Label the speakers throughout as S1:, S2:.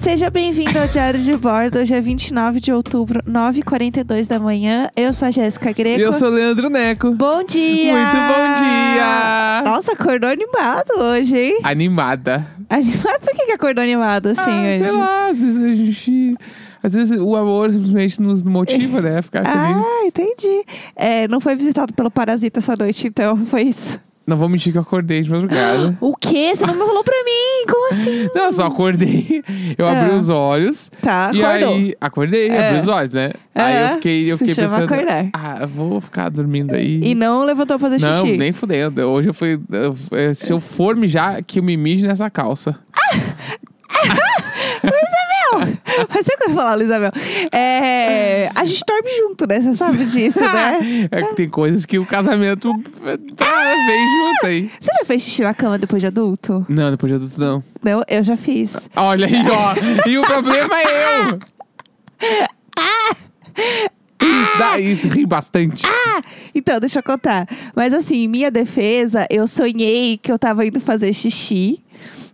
S1: Seja bem-vindo ao Diário de Bordo. Hoje é 29 de outubro, 9h42 da manhã. Eu sou a Jéssica Greco.
S2: E eu sou o Leandro Neco.
S1: Bom dia!
S2: Muito bom dia!
S1: Nossa, acordou animado hoje, hein?
S2: Animada.
S1: Animado? Por que, que acordou animado assim
S2: ah,
S1: hoje?
S2: Sei lá, às vezes a gente. Às vezes o amor simplesmente nos motiva, né? A ficar feliz.
S1: Ah, entendi. É, não foi visitado pelo parasita essa noite, então, foi isso.
S2: Não vou mentir que eu acordei de madrugada.
S1: O quê? Você não me falou pra mim? Como assim?
S2: Não, eu só acordei. Eu abri
S1: Ah.
S2: os olhos.
S1: Tá,
S2: E
S1: acordou.
S2: aí, acordei,
S1: É.
S2: abri os olhos, né? Aí
S1: É,
S2: eu fiquei, eu
S1: se
S2: fiquei
S1: chama
S2: pensando.
S1: acordar.
S2: Ah, eu vou ficar dormindo aí.
S1: E não levantou pra fazer
S2: não,
S1: xixi.
S2: nem fudendo. Hoje eu fui. eu- eh, se eu for mijar, que eu me mije nessa calça.
S1: Luísa Mel! Mas sabe quando eu falar Luísa Mel? É, a gente dorme junto, né? Você sabe disso, né?
S2: é que tem coisas que o casamento eh, tá, vem junto aí.
S1: Você já fez xixi na cama depois de adulto?
S2: Não, depois de adulto não.
S1: Não, eu já fiz.
S2: Olha aí, ó. e o problema é eu. Isso, dá isso, ri bastante.
S1: Ah! Então, deixa eu contar. Mas assim, em minha defesa, eu sonhei que eu tava indo fazer xixi.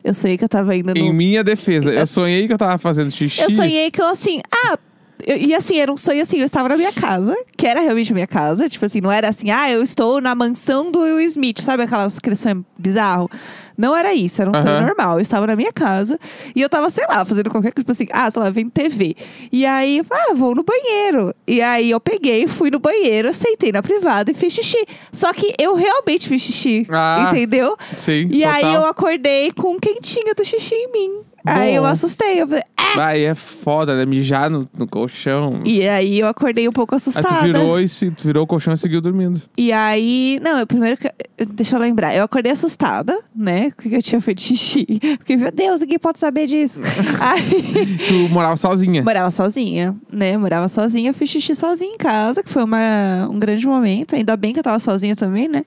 S1: Eu sonhei que eu tava indo no
S2: Em minha defesa, eu sonhei que eu tava fazendo xixi.
S1: Eu sonhei que eu, assim, ah. eu- E assim, era um sonho assim, eu estava na minha casa, que era realmente minha casa. Tipo assim, não era assim, ah, eu estou na mansão do Will Smith, sabe aquelas, aquele sonho bizarro? Não era isso, era um sonho
S2: Aham.
S1: normal. Eu estava na minha casa e eu tava, sei lá, fazendo qualquer coisa, tipo assim, ah, sei lá, vem TV. E aí, eu falei, ah, vou no banheiro. E aí eu peguei, fui no banheiro, sentei na privada e fiz xixi. Só que eu realmente fiz xixi,
S2: Ah.
S1: entendeu?
S2: Sim,
S1: E
S2: total.
S1: aí eu acordei com um quentinho do xixi em mim. Aí eu
S2: Bom.
S1: assustei, eu falei,
S2: Aí é foda, né? Mijar no, no colchão.
S1: E aí eu acordei um pouco
S2: Aí Ah, tu
S1: assustada.
S2: virou, e se, tu virou o colchão e seguiu dormindo.
S1: E aí, não, eu primeiro que- deixa eu lembrar, eu acordei assustada, né? Porque eu tinha feito xixi. Porque, meu Deus, ninguém pode saber disso. aí
S2: Tu morava sozinha.
S1: morava sozinha, né? Morava sozinha, eu fiz xixi sozinha em casa, que foi uma, um grande momento. Ainda bem que eu tava sozinha também, né?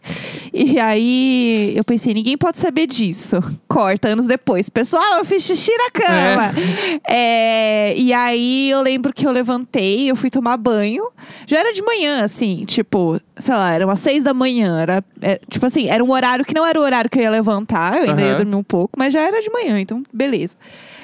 S1: E aí eu pensei, ninguém pode saber disso. Corta anos depois. Pessoal, eu fiz xixi na cama. É, e aí eu lembro que eu levantei, eu fui tomar banho. Já era de manhã, assim, tipo, sei lá, era umas seis da manhã. Era, é, tipo assim, era um horário que não era o horário que eu ia levantar, eu ainda ia
S2: Aham.
S1: dormir um pouco, mas já era de manhã, então beleza.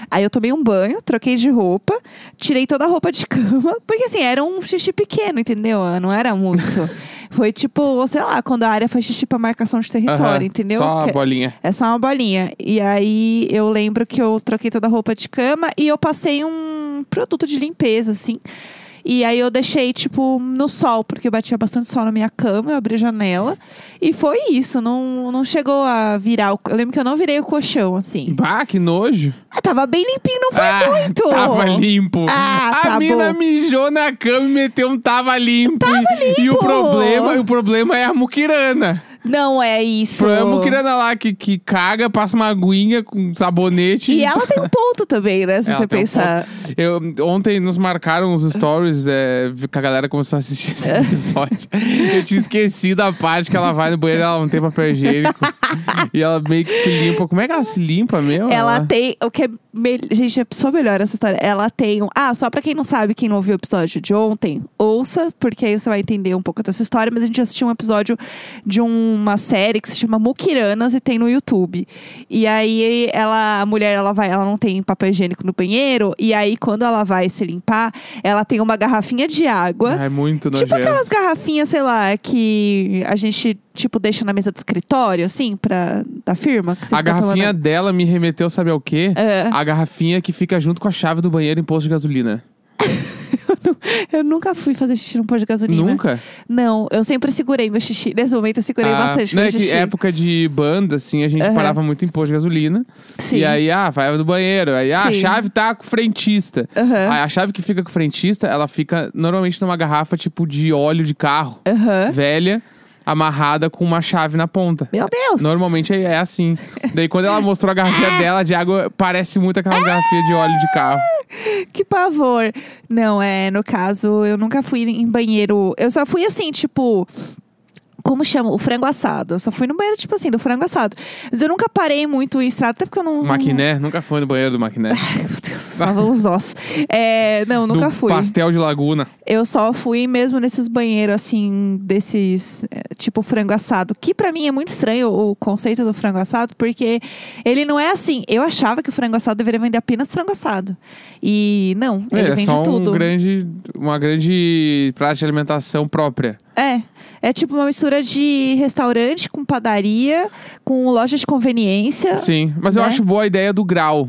S1: Aí eu tomei um banho, troquei de roupa, tirei toda a roupa de cama, porque assim, era um xixi pequeno, entendeu? Não era muito. Foi tipo, sei lá, quando a área faz xixi pra marcação de território,
S2: Aham.
S1: é entendeu?
S2: Só
S1: Que-
S2: a bolinha.
S1: é só uma bolinha. E aí eu lembro que eu troquei toda a roupa de cama e eu passei um produto de limpeza, assim. E aí eu deixei, tipo, no sol, porque batia bastante sol na minha cama, eu abri a janela. E foi isso, não, não chegou a virar. O... Eu lembro que eu não virei o colchão, assim.
S2: Bah, que nojo.
S1: Ah, tava bem limpinho, não foi
S2: ah,
S1: muito.
S2: Tava limpo.
S1: Ah,
S2: a
S1: tá
S2: mina
S1: bom.
S2: mijou na cama e meteu um tava limpo. Tava limpo. E o problema, e o problema é a muquirana.
S1: Não é isso.
S2: O problema é a muquirana lá que, que caga, passa uma aguinha com sabonete.
S1: E ela tem um ponto também, né? Se
S2: Ela
S1: você
S2: tem um
S1: pensar.
S2: Eu, ontem nos marcaram os stories é, que a galera começou a assistir esse episódio. Eu tinha esquecido a parte que ela vai no banheiro, ela não tem papel higiênico. e ela meio que se limpa. Como é que ela se limpa mesmo?
S1: Ela tem. O que é me- Gente, é só melhor essa história. Ela tem. um- Ah, só pra quem não sabe, quem não ouviu o episódio de ontem, ouça, porque aí você vai entender um pouco dessa história. Mas a gente assistiu um episódio de uma série que se chama Mukiranas e tem no YouTube. E aí ela, a mulher, ela vai, ela não tem papel higiênico no banheiro. E aí, quando ela vai se limpar, ela tem uma garrafinha de água.
S2: Ah, É muito
S1: Tipo
S2: nojento.
S1: aquelas garrafinhas, sei lá, que a gente, tipo, deixa na mesa do escritório, assim, pra, da firma. Que você
S2: A
S1: fica
S2: garrafinha
S1: tomando-
S2: dela me remeteu, sabe ao quê?
S1: É.
S2: A garrafinha que fica junto com a chave do banheiro em posto de gasolina.
S1: Eu nunca fui fazer xixi num pôr de gasolina.
S2: Nunca?
S1: Não, eu sempre segurei meu xixi. Nesse momento eu segurei
S2: Ah,
S1: bastante
S2: né,
S1: meu
S2: que
S1: xixi.
S2: época de banda, assim, a gente
S1: Aham.
S2: parava muito em posto de gasolina.
S1: Sim.
S2: E aí, ah, vai no banheiro. Aí, ah, a
S1: Sim.
S2: chave tá com o frentista.
S1: Aham.
S2: Aí, a chave que fica com o frentista, ela fica normalmente numa garrafa tipo de óleo de carro,
S1: Aham.
S2: velha, amarrada com uma chave na ponta.
S1: Meu Deus!
S2: Normalmente é é assim. Daí quando ela mostrou a
S1: Ah!
S2: garrafinha dela de água, parece muito aquela garrafinha de óleo de carro.
S1: Que pavor! Não, é, no caso, eu nunca fui em banheiro. Eu só fui assim, tipo. Como chama? O frango assado. Eu só fui no banheiro, tipo assim, do frango assado. Mas eu nunca parei muito em estrada, até porque eu não.
S2: Maquiné, nunca foi no banheiro do Maquiné.
S1: Ai, meu Deus, lá vamos nós. É, não, nunca
S2: do
S1: fui.
S2: Pastel de Laguna.
S1: Eu só fui mesmo nesses banheiros, assim, desses, eh, tipo, frango assado. Que pra mim é muito estranho o conceito do frango assado, porque ele não é assim. Eu achava que o frango assado deveria vender apenas frango assado. E não, ele
S2: é
S1: vende
S2: só um
S1: tudo.
S2: grande, uma grande prática de alimentação própria.
S1: É. É tipo uma mistura de restaurante com padaria, com loja de conveniência.
S2: Sim, mas eu
S1: Né?
S2: acho boa a ideia do grau.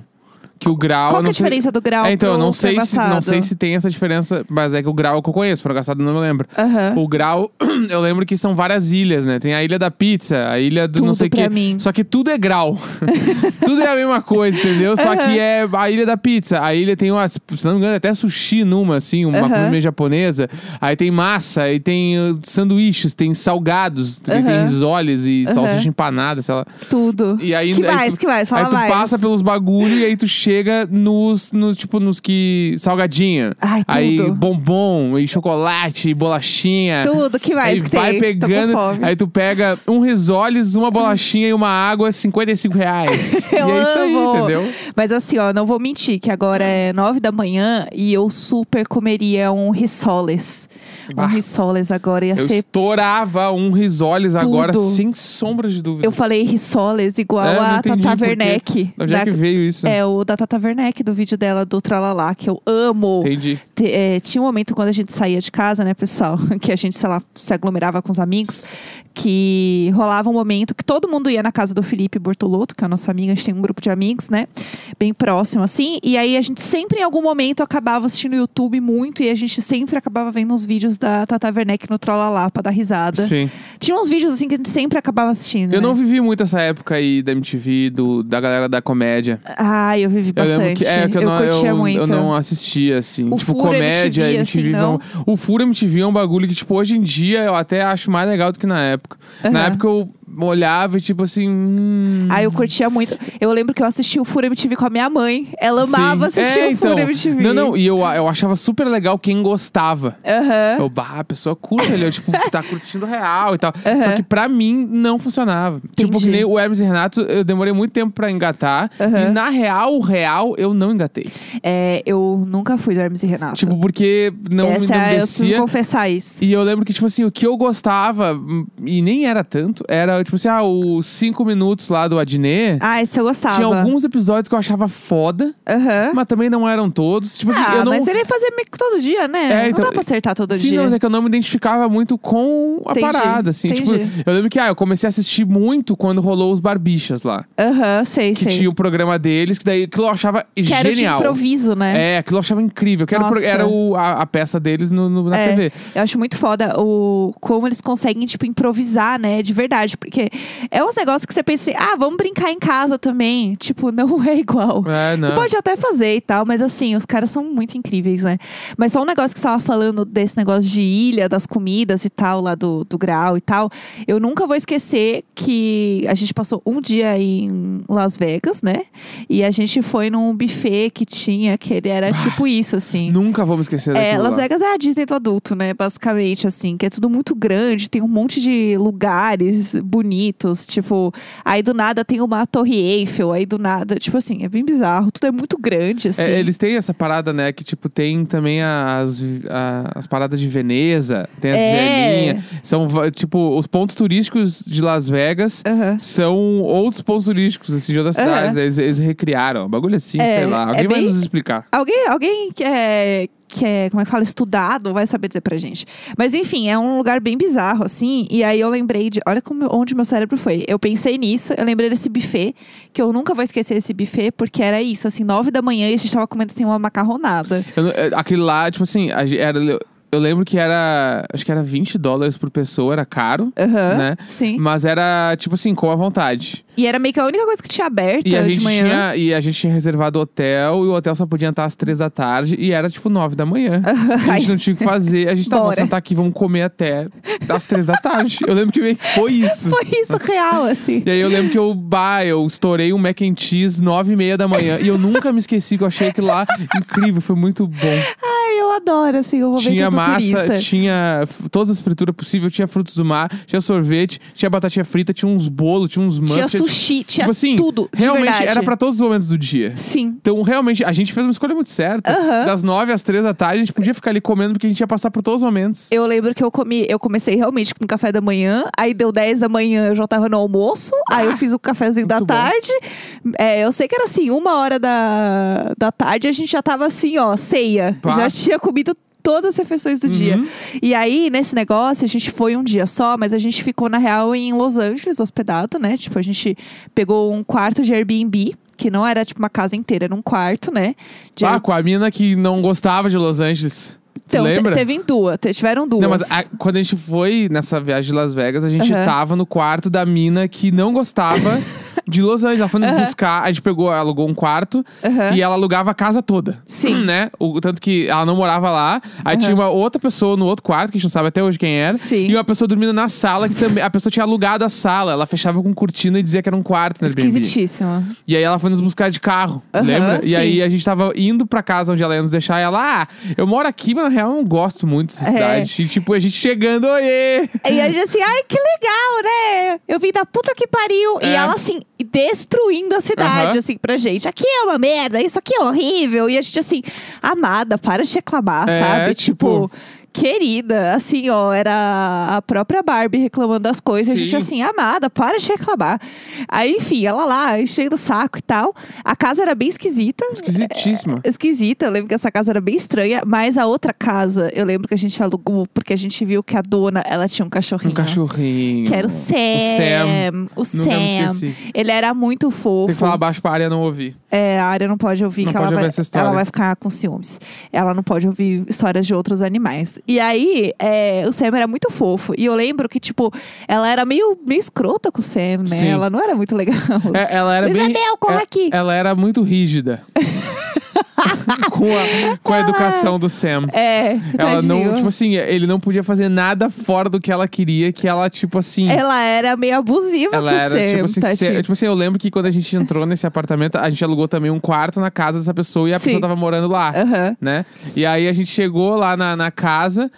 S2: Que o grau.
S1: Qual que
S2: eu
S1: é
S2: não
S1: a
S2: sei-
S1: diferença do grau
S2: É, então, eu
S1: pro
S2: não sei,
S1: frango
S2: se, não
S1: assado?
S2: sei se tem essa diferença, mas é que o grau é o que eu conheço, frango assado eu não me lembro.
S1: Aham.
S2: O grau, eu lembro que são várias ilhas, né? Tem a ilha da pizza, a ilha do não
S1: Tudo
S2: sei o
S1: pra
S2: quê.
S1: mim.
S2: Só que tudo é grau. tudo é a mesma coisa, entendeu? Só que é a ilha da pizza. A ilha tem uma, se não me engano, até sushi numa, assim, uma
S1: Aham.
S2: comida japonesa. Aí tem massa, aí tem uh, sanduíches, tem salgados, também tem
S1: Aham.
S2: risoles e
S1: Aham.
S2: salsicha empanada, sei lá.
S1: Tudo.
S2: E aí,
S1: que
S2: aí
S1: mais?
S2: tu,
S1: que mais? Fala
S2: aí tu
S1: mais.
S2: passa pelos bagulho e aí tu chega nos, nos tipo, nos que... Salgadinha.
S1: Ai, tudo.
S2: Aí bombom, e chocolate, e bolachinha.
S1: Tudo, que mais
S2: Aí
S1: que
S2: vai
S1: tem?
S2: pegando,
S1: Tô com fome.
S2: aí tu pega um risoles, uma bolachinha e uma água, 55 reais.
S1: Eu
S2: e é isso aí,
S1: amo.
S2: entendeu?
S1: Mas assim, ó, não vou mentir que agora é nove da manhã e eu super comeria um risoles. Um
S2: Bah.
S1: risoles agora ia
S2: Ah. Eu
S1: ser...
S2: estourava um risoles agora,
S1: Tudo.
S2: sem sombra de dúvida.
S1: Eu falei risoles igual
S2: É, eu não
S1: a
S2: entendi
S1: Tata
S2: por quê.
S1: Werneck.
S2: De Onde é
S1: da-
S2: que veio isso?
S1: É, o da Tata Werneck, do vídeo dela do Tralalá, que eu amo.
S2: Entendi.
S1: Te- é, tinha um momento quando a gente saía de casa, né, pessoal? Que a gente, sei lá, se aglomerava com os amigos. Que rolava um momento que todo mundo ia na casa do Felipe Bortoloto, que é a nossa amiga. A gente tem um grupo de amigos, né? Bem próximo, assim. E aí a gente sempre, em algum momento, acabava assistindo o YouTube muito. E a gente sempre acabava vendo os vídeos da Tata Werneck no Trollalá, pra dar risada.
S2: Sim.
S1: Tinha uns vídeos, assim, que a gente sempre acabava assistindo,
S2: Eu
S1: né?
S2: não vivi muito essa época aí da MTV, do, da galera da comédia.
S1: Ah, eu vivi
S2: Eu lembro
S1: bastante.
S2: que, é, que eu, não,
S1: curtia
S2: eu,
S1: muito.
S2: eu não assistia, assim.
S1: O
S2: tipo,
S1: Fura
S2: comédia,
S1: MTV, assim,
S2: é um-
S1: não?
S2: O Fura MTV é um bagulho que, tipo, hoje em dia eu até acho mais legal do que na época. Na
S1: Aham.
S2: época eu olhava e, tipo assim. Hum...
S1: Ah, eu curtia muito. Eu lembro que eu assisti o Fura MTV com a minha mãe. Ela
S2: Sim.
S1: amava assistir
S2: É,
S1: o Fura MTV.
S2: Não, não, e eu, eu achava super legal quem gostava.
S1: Aham.
S2: Eu, bah, a pessoa curte ele, eu, tipo, tá curtindo real e tal. Só
S1: Aham.
S2: que pra mim não funcionava. Tipo,
S1: Entendi.
S2: que nem o Hermes e Renato, eu demorei muito tempo pra engatar.
S1: Aham.
S2: E na real, o real, eu não engatei.
S1: É, eu nunca fui do Hermes e Renato.
S2: Tipo, porque não me
S1: Essa
S2: não
S1: é- eu preciso
S2: descia.
S1: confessar isso.
S2: E eu lembro que, tipo assim, o que eu gostava, hum, e nem era tanto, era, tipo assim, ah, os cinco minutos lá do Adnet.
S1: Ah, esse eu gostava.
S2: Tinha alguns episódios que eu achava foda,
S1: Aham.
S2: mas também não eram todos. Tipo assim,
S1: Ah,
S2: eu não.
S1: mas ele fazia meio que todo dia, né?
S2: É, então-
S1: não dá pra acertar todo
S2: Sim,
S1: dia.
S2: não, mas é que eu não me identificava muito com a
S1: Entendi,
S2: parada, assim.
S1: entendi.
S2: Tipo, eu lembro que, ah, eu comecei a assistir muito quando rolou os Barbixas lá.
S1: Aham, sei,
S2: Que
S1: sei.
S2: tinha o programa deles, que daí aquilo eu achava
S1: que era de
S2: genial.
S1: improviso, né?
S2: É, aquilo eu achava incrível. Que era, o pro-
S1: Nossa.
S2: era o- a, a peça deles no- no- na
S1: É.
S2: TV.
S1: Eu acho muito foda o, como eles conseguem, tipo, improvisar, né? De verdade. Porque é uns negócios que você pensa assim, ah, vamos brincar em casa também. Tipo, não é igual.
S2: É, não.
S1: Você pode até fazer e tal, mas assim, os caras são muito incríveis, né? Mas só um negócio que você tava falando desse negócio de ilha, das comidas e tal, lá do, do grau e tal. Eu nunca vou esquecer que a gente passou um dia em Las Vegas, né? E a gente foi num buffet que tinha, que ele era tipo isso, assim.
S2: Nunca vou me esquecer
S1: É,
S2: daquilo
S1: Las
S2: lá.
S1: Vegas é a Disney do adulto, né? Basicamente, assim, que é tudo muito grande, tem um monte de lugares bonitos, tipo, aí do nada tem uma Torre Eiffel, aí do nada, tipo assim, é bem bizarro, tudo é muito grande, assim.
S2: É, eles têm essa parada, né? Que, tipo, tem também as, a- as paradas de Veneza, tem as
S1: É.
S2: velhinhas. São, va- tipo, os pontos turísticos de Las Vegas
S1: Aham.
S2: são outros pontos turísticos, assim, de outras
S1: Aham.
S2: cidades. Eles, eles recriaram. Bagulho assim,
S1: É,
S2: sei lá.
S1: é
S2: Alguém vai
S1: bem-
S2: nos explicar.
S1: Alguém, alguém que é, que é, como é que fala, estudado, vai saber dizer pra gente. Mas enfim, é um lugar bem bizarro, assim. E aí eu lembrei de. Olha como, onde meu cérebro foi. Eu pensei nisso, eu lembrei desse buffet, que eu nunca vou esquecer esse buffet, porque era isso, assim, nove da manhã e a gente tava comendo, assim, uma macarronada.
S2: Eu não- é, aquele lá, tipo assim, a ge- era, eu lembro que era. Acho que era 20 dólares por pessoa, era caro.
S1: Aham.
S2: Né?
S1: Sim.
S2: Mas era, tipo assim, com a vontade.
S1: E era meio que a única coisa que tinha aberta
S2: E a, gente
S1: de manhã.
S2: tinha, e a gente tinha reservado hotel, e o hotel só podia entrar às três da tarde, e era tipo nove da manhã. a gente não tinha o que fazer. A gente tava,
S1: Ah, Bora.
S2: vamos sentar aqui, vamos comer até às três da tarde. Eu lembro que meio que foi isso.
S1: Foi isso real, assim.
S2: E aí eu lembro que eu, bah, eu estourei um mac and cheese nove e meia da manhã. e eu nunca me esqueci que eu achei que lá incrível, foi muito bom.
S1: Ai, eu adoro, assim, o momento
S2: Tinha
S1: do
S2: massa,
S1: turista.
S2: tinha f- todas as frituras possíveis, tinha frutos do mar, tinha sorvete, tinha batatinha frita, tinha uns bolos, tinha uns
S1: Tinha
S2: mantos.
S1: sushi, tinha
S2: tipo assim,
S1: tudo. de
S2: realmente
S1: verdade.
S2: era pra todos os momentos do dia.
S1: Sim.
S2: Então, realmente, a gente fez uma escolha muito certa.
S1: Aham.
S2: Das nove às três da tarde, a gente podia ficar ali comendo, porque a gente ia passar por todos os momentos.
S1: Eu lembro que eu comi, eu comecei realmente com café da manhã, aí deu 10 da manhã, eu já tava no almoço, aí eu fiz o cafezinho da
S2: Ah, muito bom.
S1: tarde. É, eu sei que era assim, uma hora da, da tarde, a gente já tava assim, ó, ceia.
S2: Pá. Uhum.
S1: Já tinha comido todas as refeições do dia. E aí, nesse negócio, a gente foi um dia só, mas a gente ficou, na real, em Los Angeles, hospedado, né? Tipo, a gente pegou um quarto de Airbnb, que não era, tipo, uma casa inteira, era um quarto, né? De
S2: Ah, com a mina que não gostava de Los Angeles.
S1: Então,
S2: tu
S1: te-
S2: lembra?
S1: teve em duas, te- tiveram duas.
S2: Não, mas a- quando a gente foi nessa viagem de Las Vegas, a gente
S1: Aham.
S2: tava no quarto da mina que não gostava de Los Angeles. Ela foi nos
S1: Aham.
S2: buscar, a gente pegou, alugou um quarto
S1: Aham.
S2: e ela alugava a casa toda.
S1: Sim.
S2: Né? O, tanto que ela não morava lá. Aí tinha uma outra pessoa no outro quarto, que a gente não sabe até hoje quem era.
S1: Sim.
S2: E uma pessoa dormindo na sala, que também. A pessoa tinha alugado a sala. Ela fechava com cortina e dizia que era um quarto na Airbnb.
S1: Esquisitíssima.
S2: E aí ela foi nos buscar de carro,
S1: Aham,
S2: lembra?
S1: sim.
S2: E aí a gente tava indo pra casa onde ela ia nos deixar. E ela, ah, eu moro aqui, mas na real eu não gosto muito dessa
S1: É.
S2: cidade. E tipo, a gente chegando, oiê!
S1: E a gente assim, ai, que legal, né? Eu vim da puta que pariu. E
S2: É.
S1: ela assim, destruindo a cidade,
S2: Aham.
S1: assim, pra gente. Aqui é uma merda, isso aqui é horrível. E a gente assim, amada, para de reclamar,
S2: É,
S1: sabe?
S2: tipo-
S1: Querida, assim, ó, era a própria Barbie reclamando das coisas. A gente
S2: Sim.
S1: assim, amada, para de reclamar. Aí, enfim, ela lá, enchendo o saco e tal. A casa era bem esquisita.
S2: Esquisitíssima.
S1: esquisita. Eu lembro que essa casa era bem estranha, mas a outra casa, eu lembro que a gente alugou porque a gente viu que a dona, ela tinha um cachorrinho.
S2: Um cachorrinho.
S1: Que era o Sam. O Sam.
S2: Nunca me esqueci.
S1: Ele era muito fofo.
S2: Tem que falar baixo pra área não ouvir.
S1: É, a área não pode ouvir
S2: Não
S1: que
S2: pode
S1: ela,
S2: ouvir
S1: vai,
S2: essa história.
S1: ela vai ficar com ciúmes. Ela não pode ouvir histórias de outros animais. E aí, é, o Sam era muito fofo. E eu lembro que, tipo, ela era meio, meio escrota com o Sam, né?
S2: Sim.
S1: Ela não era muito legal.
S2: É, ela era bem.
S1: Isabel, corre
S2: é-
S1: aqui!
S2: Ela era muito rígida. com a, com a educação do Sam.
S1: É,
S2: Ela não,
S1: tadinho.
S2: tipo assim, ele não podia fazer nada fora do que ela queria, que ela, tipo assim.
S1: Ela era meio abusiva
S2: Ela
S1: com o
S2: era,
S1: Sam,
S2: tipo assim,
S1: tadinho.
S2: se- tipo assim, eu lembro que quando a gente entrou nesse apartamento, a gente alugou também um quarto na casa dessa pessoa e a
S1: Sim.
S2: pessoa tava morando lá,
S1: Aham.
S2: né? E aí a gente chegou lá na, na casa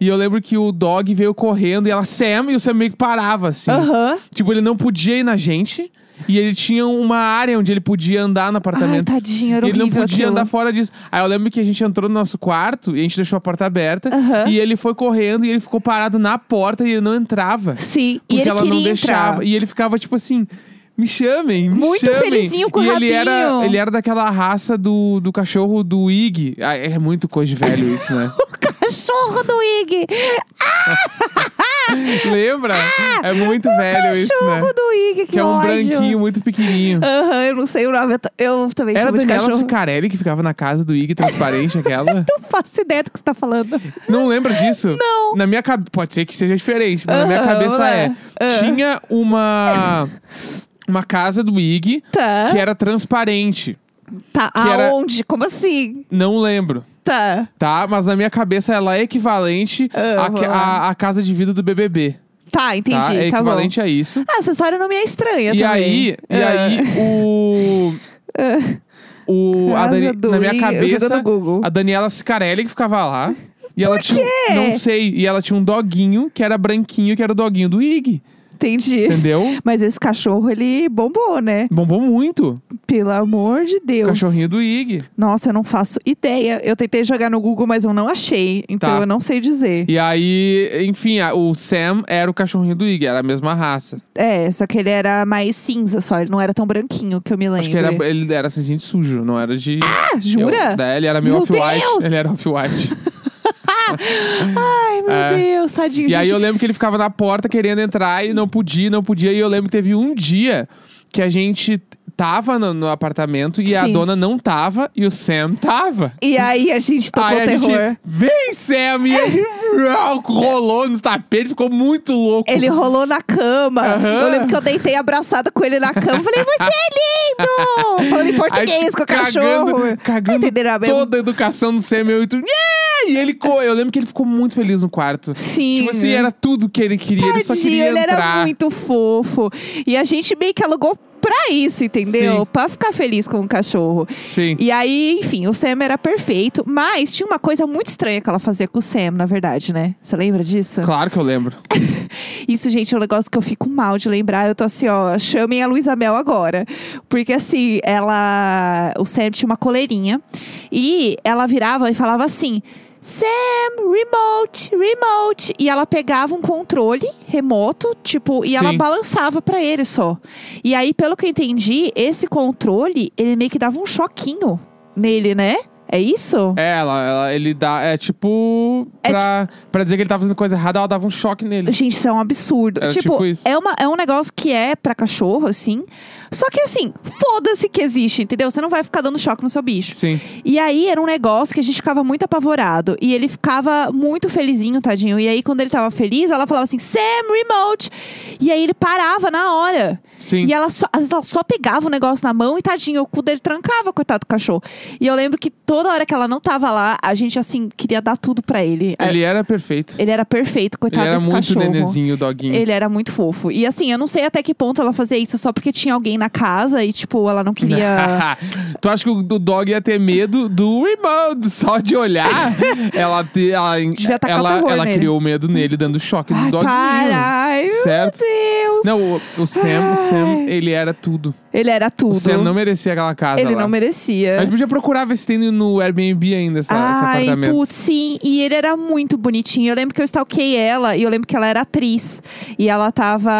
S2: e eu lembro que o dog veio correndo e ela, Sam, e o Sam meio que parava, assim.
S1: Aham.
S2: Tipo, ele não podia ir na gente e ele tinha uma área onde ele podia andar no
S1: Ai,
S2: apartamento.
S1: tadinho, era
S2: ele não
S1: horrível
S2: podia
S1: aquilo.
S2: andar fora disso. Aí eu lembro que a gente entrou no nosso quarto e a gente deixou a porta aberta.
S1: Aham.
S2: E ele foi correndo e ele ficou parado na porta e ele não entrava.
S1: Sim, e
S2: Porque
S1: ele
S2: ela
S1: queria
S2: não deixava.
S1: entrar.
S2: E ele ficava tipo assim. Me chamem, me
S1: Muito
S2: chamem.
S1: felizinho com o
S2: e ele
S1: rabinho.
S2: era, ele era daquela raça do, do cachorro do Ig. Ah, é muito coisa de velho isso, né?
S1: O cachorro do Ig!
S2: Lembra? é muito velho isso, né?
S1: cachorro do Ig, que,
S2: Que é um
S1: ódio.
S2: branquinho muito pequenininho.
S1: Aham, eu não sei o nome. eu t- Eu também
S2: Era
S1: chamo de
S2: Daniela
S1: cachorro.
S2: Sicarelli que ficava na casa do Ig, transparente aquela?
S1: Não faço ideia do que você tá falando.
S2: Não lembra disso?
S1: Não.
S2: Na minha cabeça. Pode ser que seja diferente, mas na minha
S1: Aham,
S2: cabeça é.
S1: vamos lá. Ah.
S2: Tinha uma. Uma casa do Ig
S1: Tá.
S2: que era transparente.
S1: tá,
S2: que era-
S1: aonde? Como assim?
S2: Não lembro.
S1: Tá.
S2: Tá, mas na minha cabeça ela é equivalente
S1: Ah,
S2: à
S1: vou
S2: que-
S1: lá.
S2: à, à casa de vida do BBB.
S1: Tá, entendi.
S2: tá? É
S1: bom.
S2: equivalente a isso.
S1: Ah, essa história não me é estranha
S2: e
S1: também.
S2: aí,
S1: Ah,
S2: e aí o o a
S1: Casa
S2: Dani-
S1: do
S2: na minha
S1: Ig-
S2: cabeça
S1: jogando Google.
S2: a Daniela Sicarelli que ficava lá. E ela tinha, um, não sei, e ela tinha um doguinho que era branquinho, que era o doguinho do Ig,
S1: Entendi.
S2: entendeu?
S1: Mas esse cachorro, ele bombou, né?
S2: Bombou muito.
S1: Pelo amor de
S2: O
S1: Deus.
S2: cachorrinho do Ig.
S1: Nossa, eu não faço ideia. Eu tentei jogar no Google, mas eu não achei. Então
S2: Tá.
S1: eu não sei dizer.
S2: E aí, enfim, a- o Sam era o cachorrinho do Ig, era a mesma raça.
S1: É, só que ele era mais cinza só. Ele não era tão branquinho que eu me lembro.
S2: Acho que ele era, ele era assim, de sujo, não era de.
S1: Ah, jura?
S2: Eu, daí ele era meio
S1: Meu
S2: off-white.
S1: Deus!
S2: Ele era off-white.
S1: Ai, meu
S2: É.
S1: Deus, tadinho.
S2: e aí
S1: gente.
S2: eu lembro que ele ficava na porta querendo entrar e não podia, não podia. E eu lembro que teve um dia que a gente tava no, no apartamento e a
S1: Sim.
S2: dona não tava e o Sam tava.
S1: E aí a gente tocou
S2: Aí a
S1: terror.
S2: gente, vem Sam! E ele rolou nos tapetes, ficou muito louco.
S1: Ele é rolou na cama.
S2: Aham.
S1: Eu lembro que eu deitei abraçada com ele na cama. Falei, você é lindo! Falando em português
S2: Aí,
S1: com o
S2: cagando-
S1: cachorro.
S2: Cagando
S1: Entenderam a mesma-
S2: toda a educação do Sam. eu e tu, "Yeah!" E ele, co- eu lembro que ele ficou muito feliz no quarto.
S1: Sim.
S2: Tipo assim, era tudo que ele queria, ele só
S1: Tadinho,
S2: queria
S1: ele
S2: entrar.
S1: era muito fofo. E a gente meio que alugou pra isso, entendeu?
S2: Sim.
S1: Pra ficar feliz com o cachorro.
S2: Sim.
S1: E aí, enfim, o Sam era perfeito, mas tinha uma coisa muito estranha que ela fazia com o Sam, na verdade, né? Você lembra disso?
S2: Claro que eu lembro.
S1: Isso, gente, é um negócio que eu fico mal de lembrar. Eu tô assim, ó, chamem a Luísa Mel agora. Porque assim, ela. O Sam tinha uma coleirinha e ela virava e falava assim. Sam, remote, remote. E ela pegava um controle remoto, tipo, e ela
S2: Sim.
S1: balançava pra ele só. E aí, pelo que eu entendi, esse controle, ele meio que dava um choquinho nele, né? É isso?
S2: É, ela, ela- ele dá. É tipo.
S1: É
S2: Pra, pra dizer que ele tava fazendo coisa errada, ela dava um choque nele.
S1: Gente, isso é um absurdo.
S2: Era
S1: tipo,
S2: tipo isso.
S1: É, uma, é um negócio que é pra cachorro, assim. Só que assim, foda-se que existe, entendeu? Você não vai ficar dando choque no seu bicho.
S2: Sim.
S1: E aí era um negócio que a gente ficava muito apavorado. E ele ficava muito felizinho, tadinho. E aí, quando ele tava feliz, ela falava assim, Sam, remote. E aí ele parava na hora.
S2: Sim.
S1: E ela só, às vezes ela só pegava o negócio na mão e tadinho, o cu dele trancava, coitado do cachorro. E eu lembro que toda hora que ela não tava lá, a gente assim queria dar tudo pra ele.
S2: Ele era perfeito.
S1: Ele era perfeito,
S2: Ele
S1: coitado
S2: era
S1: desse
S2: muito
S1: cachorro.
S2: nenezinho, o doguinho.
S1: Ele era muito fofo. E assim, eu não sei até que ponto ela fazia isso só porque tinha alguém na casa e, tipo, ela não queria.
S2: tu acha que o do dog ia ter medo do remote só de olhar? ela te- ela,
S1: Devia tacar
S2: ela,
S1: terror
S2: ela
S1: nele.
S2: criou medo nele, dando choque no
S1: Ai,
S2: doguinho.
S1: para! Ai,
S2: Certo?
S1: meu Deus!
S2: Não, o, o Sam, o Sam,
S1: Ai.
S2: ele era tudo.
S1: Ele era tudo.
S2: O Sam não merecia aquela casa
S1: ele
S2: lá.
S1: não merecia.
S2: A gente podia procurar ver se tem no Airbnb ainda essa, é esse
S1: Ai,
S2: apartamento.
S1: putz, sim. E ele era muito bonitinho. Eu lembro que eu stalkei ela e eu lembro que ela era atriz. E ela tava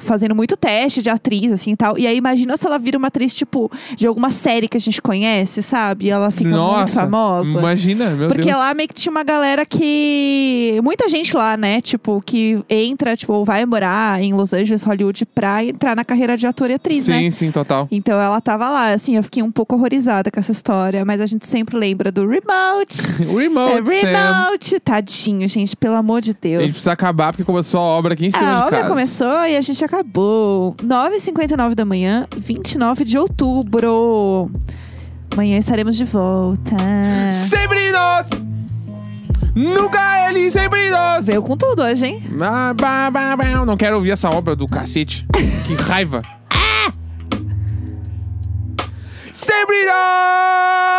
S1: fazendo muito teste de atriz, assim e tal. E aí, imagina se ela vira uma atriz, tipo, de alguma série que a gente conhece, sabe? E ela fica
S2: Nossa,
S1: muito famosa.
S2: Imagina, meu
S1: Porque
S2: Deus.
S1: lá meio que tinha uma galera que. Muita gente lá, né? Tipo, que entra, tipo, ou vai morar em Los Angeles, Hollywood, pra entrar na carreira de ator e atriz,
S2: sim,
S1: né?
S2: sim, total.
S1: Então ela tava lá, assim, eu fiquei um pouco horrorizada com essa história, mas a gente sempre lembra do remote.
S2: O
S1: É,
S2: remote, Sam.
S1: remote! Tadinho, gente, pelo amor de
S2: A gente
S1: Deus.
S2: precisa acabar porque começou a obra aqui em cima
S1: A
S2: de
S1: obra
S2: casa.
S1: começou e a gente acabou. 9h59 da manhã, 29 de outubro. Amanhã estaremos de volta. né?
S2: Sempre nós! Nunca ele, sempre nós!
S1: Veio com tudo hoje, hein?
S2: Ah, bah, bah, bah. Não quero ouvir essa obra do cacete. Que raiva. Sempre nós!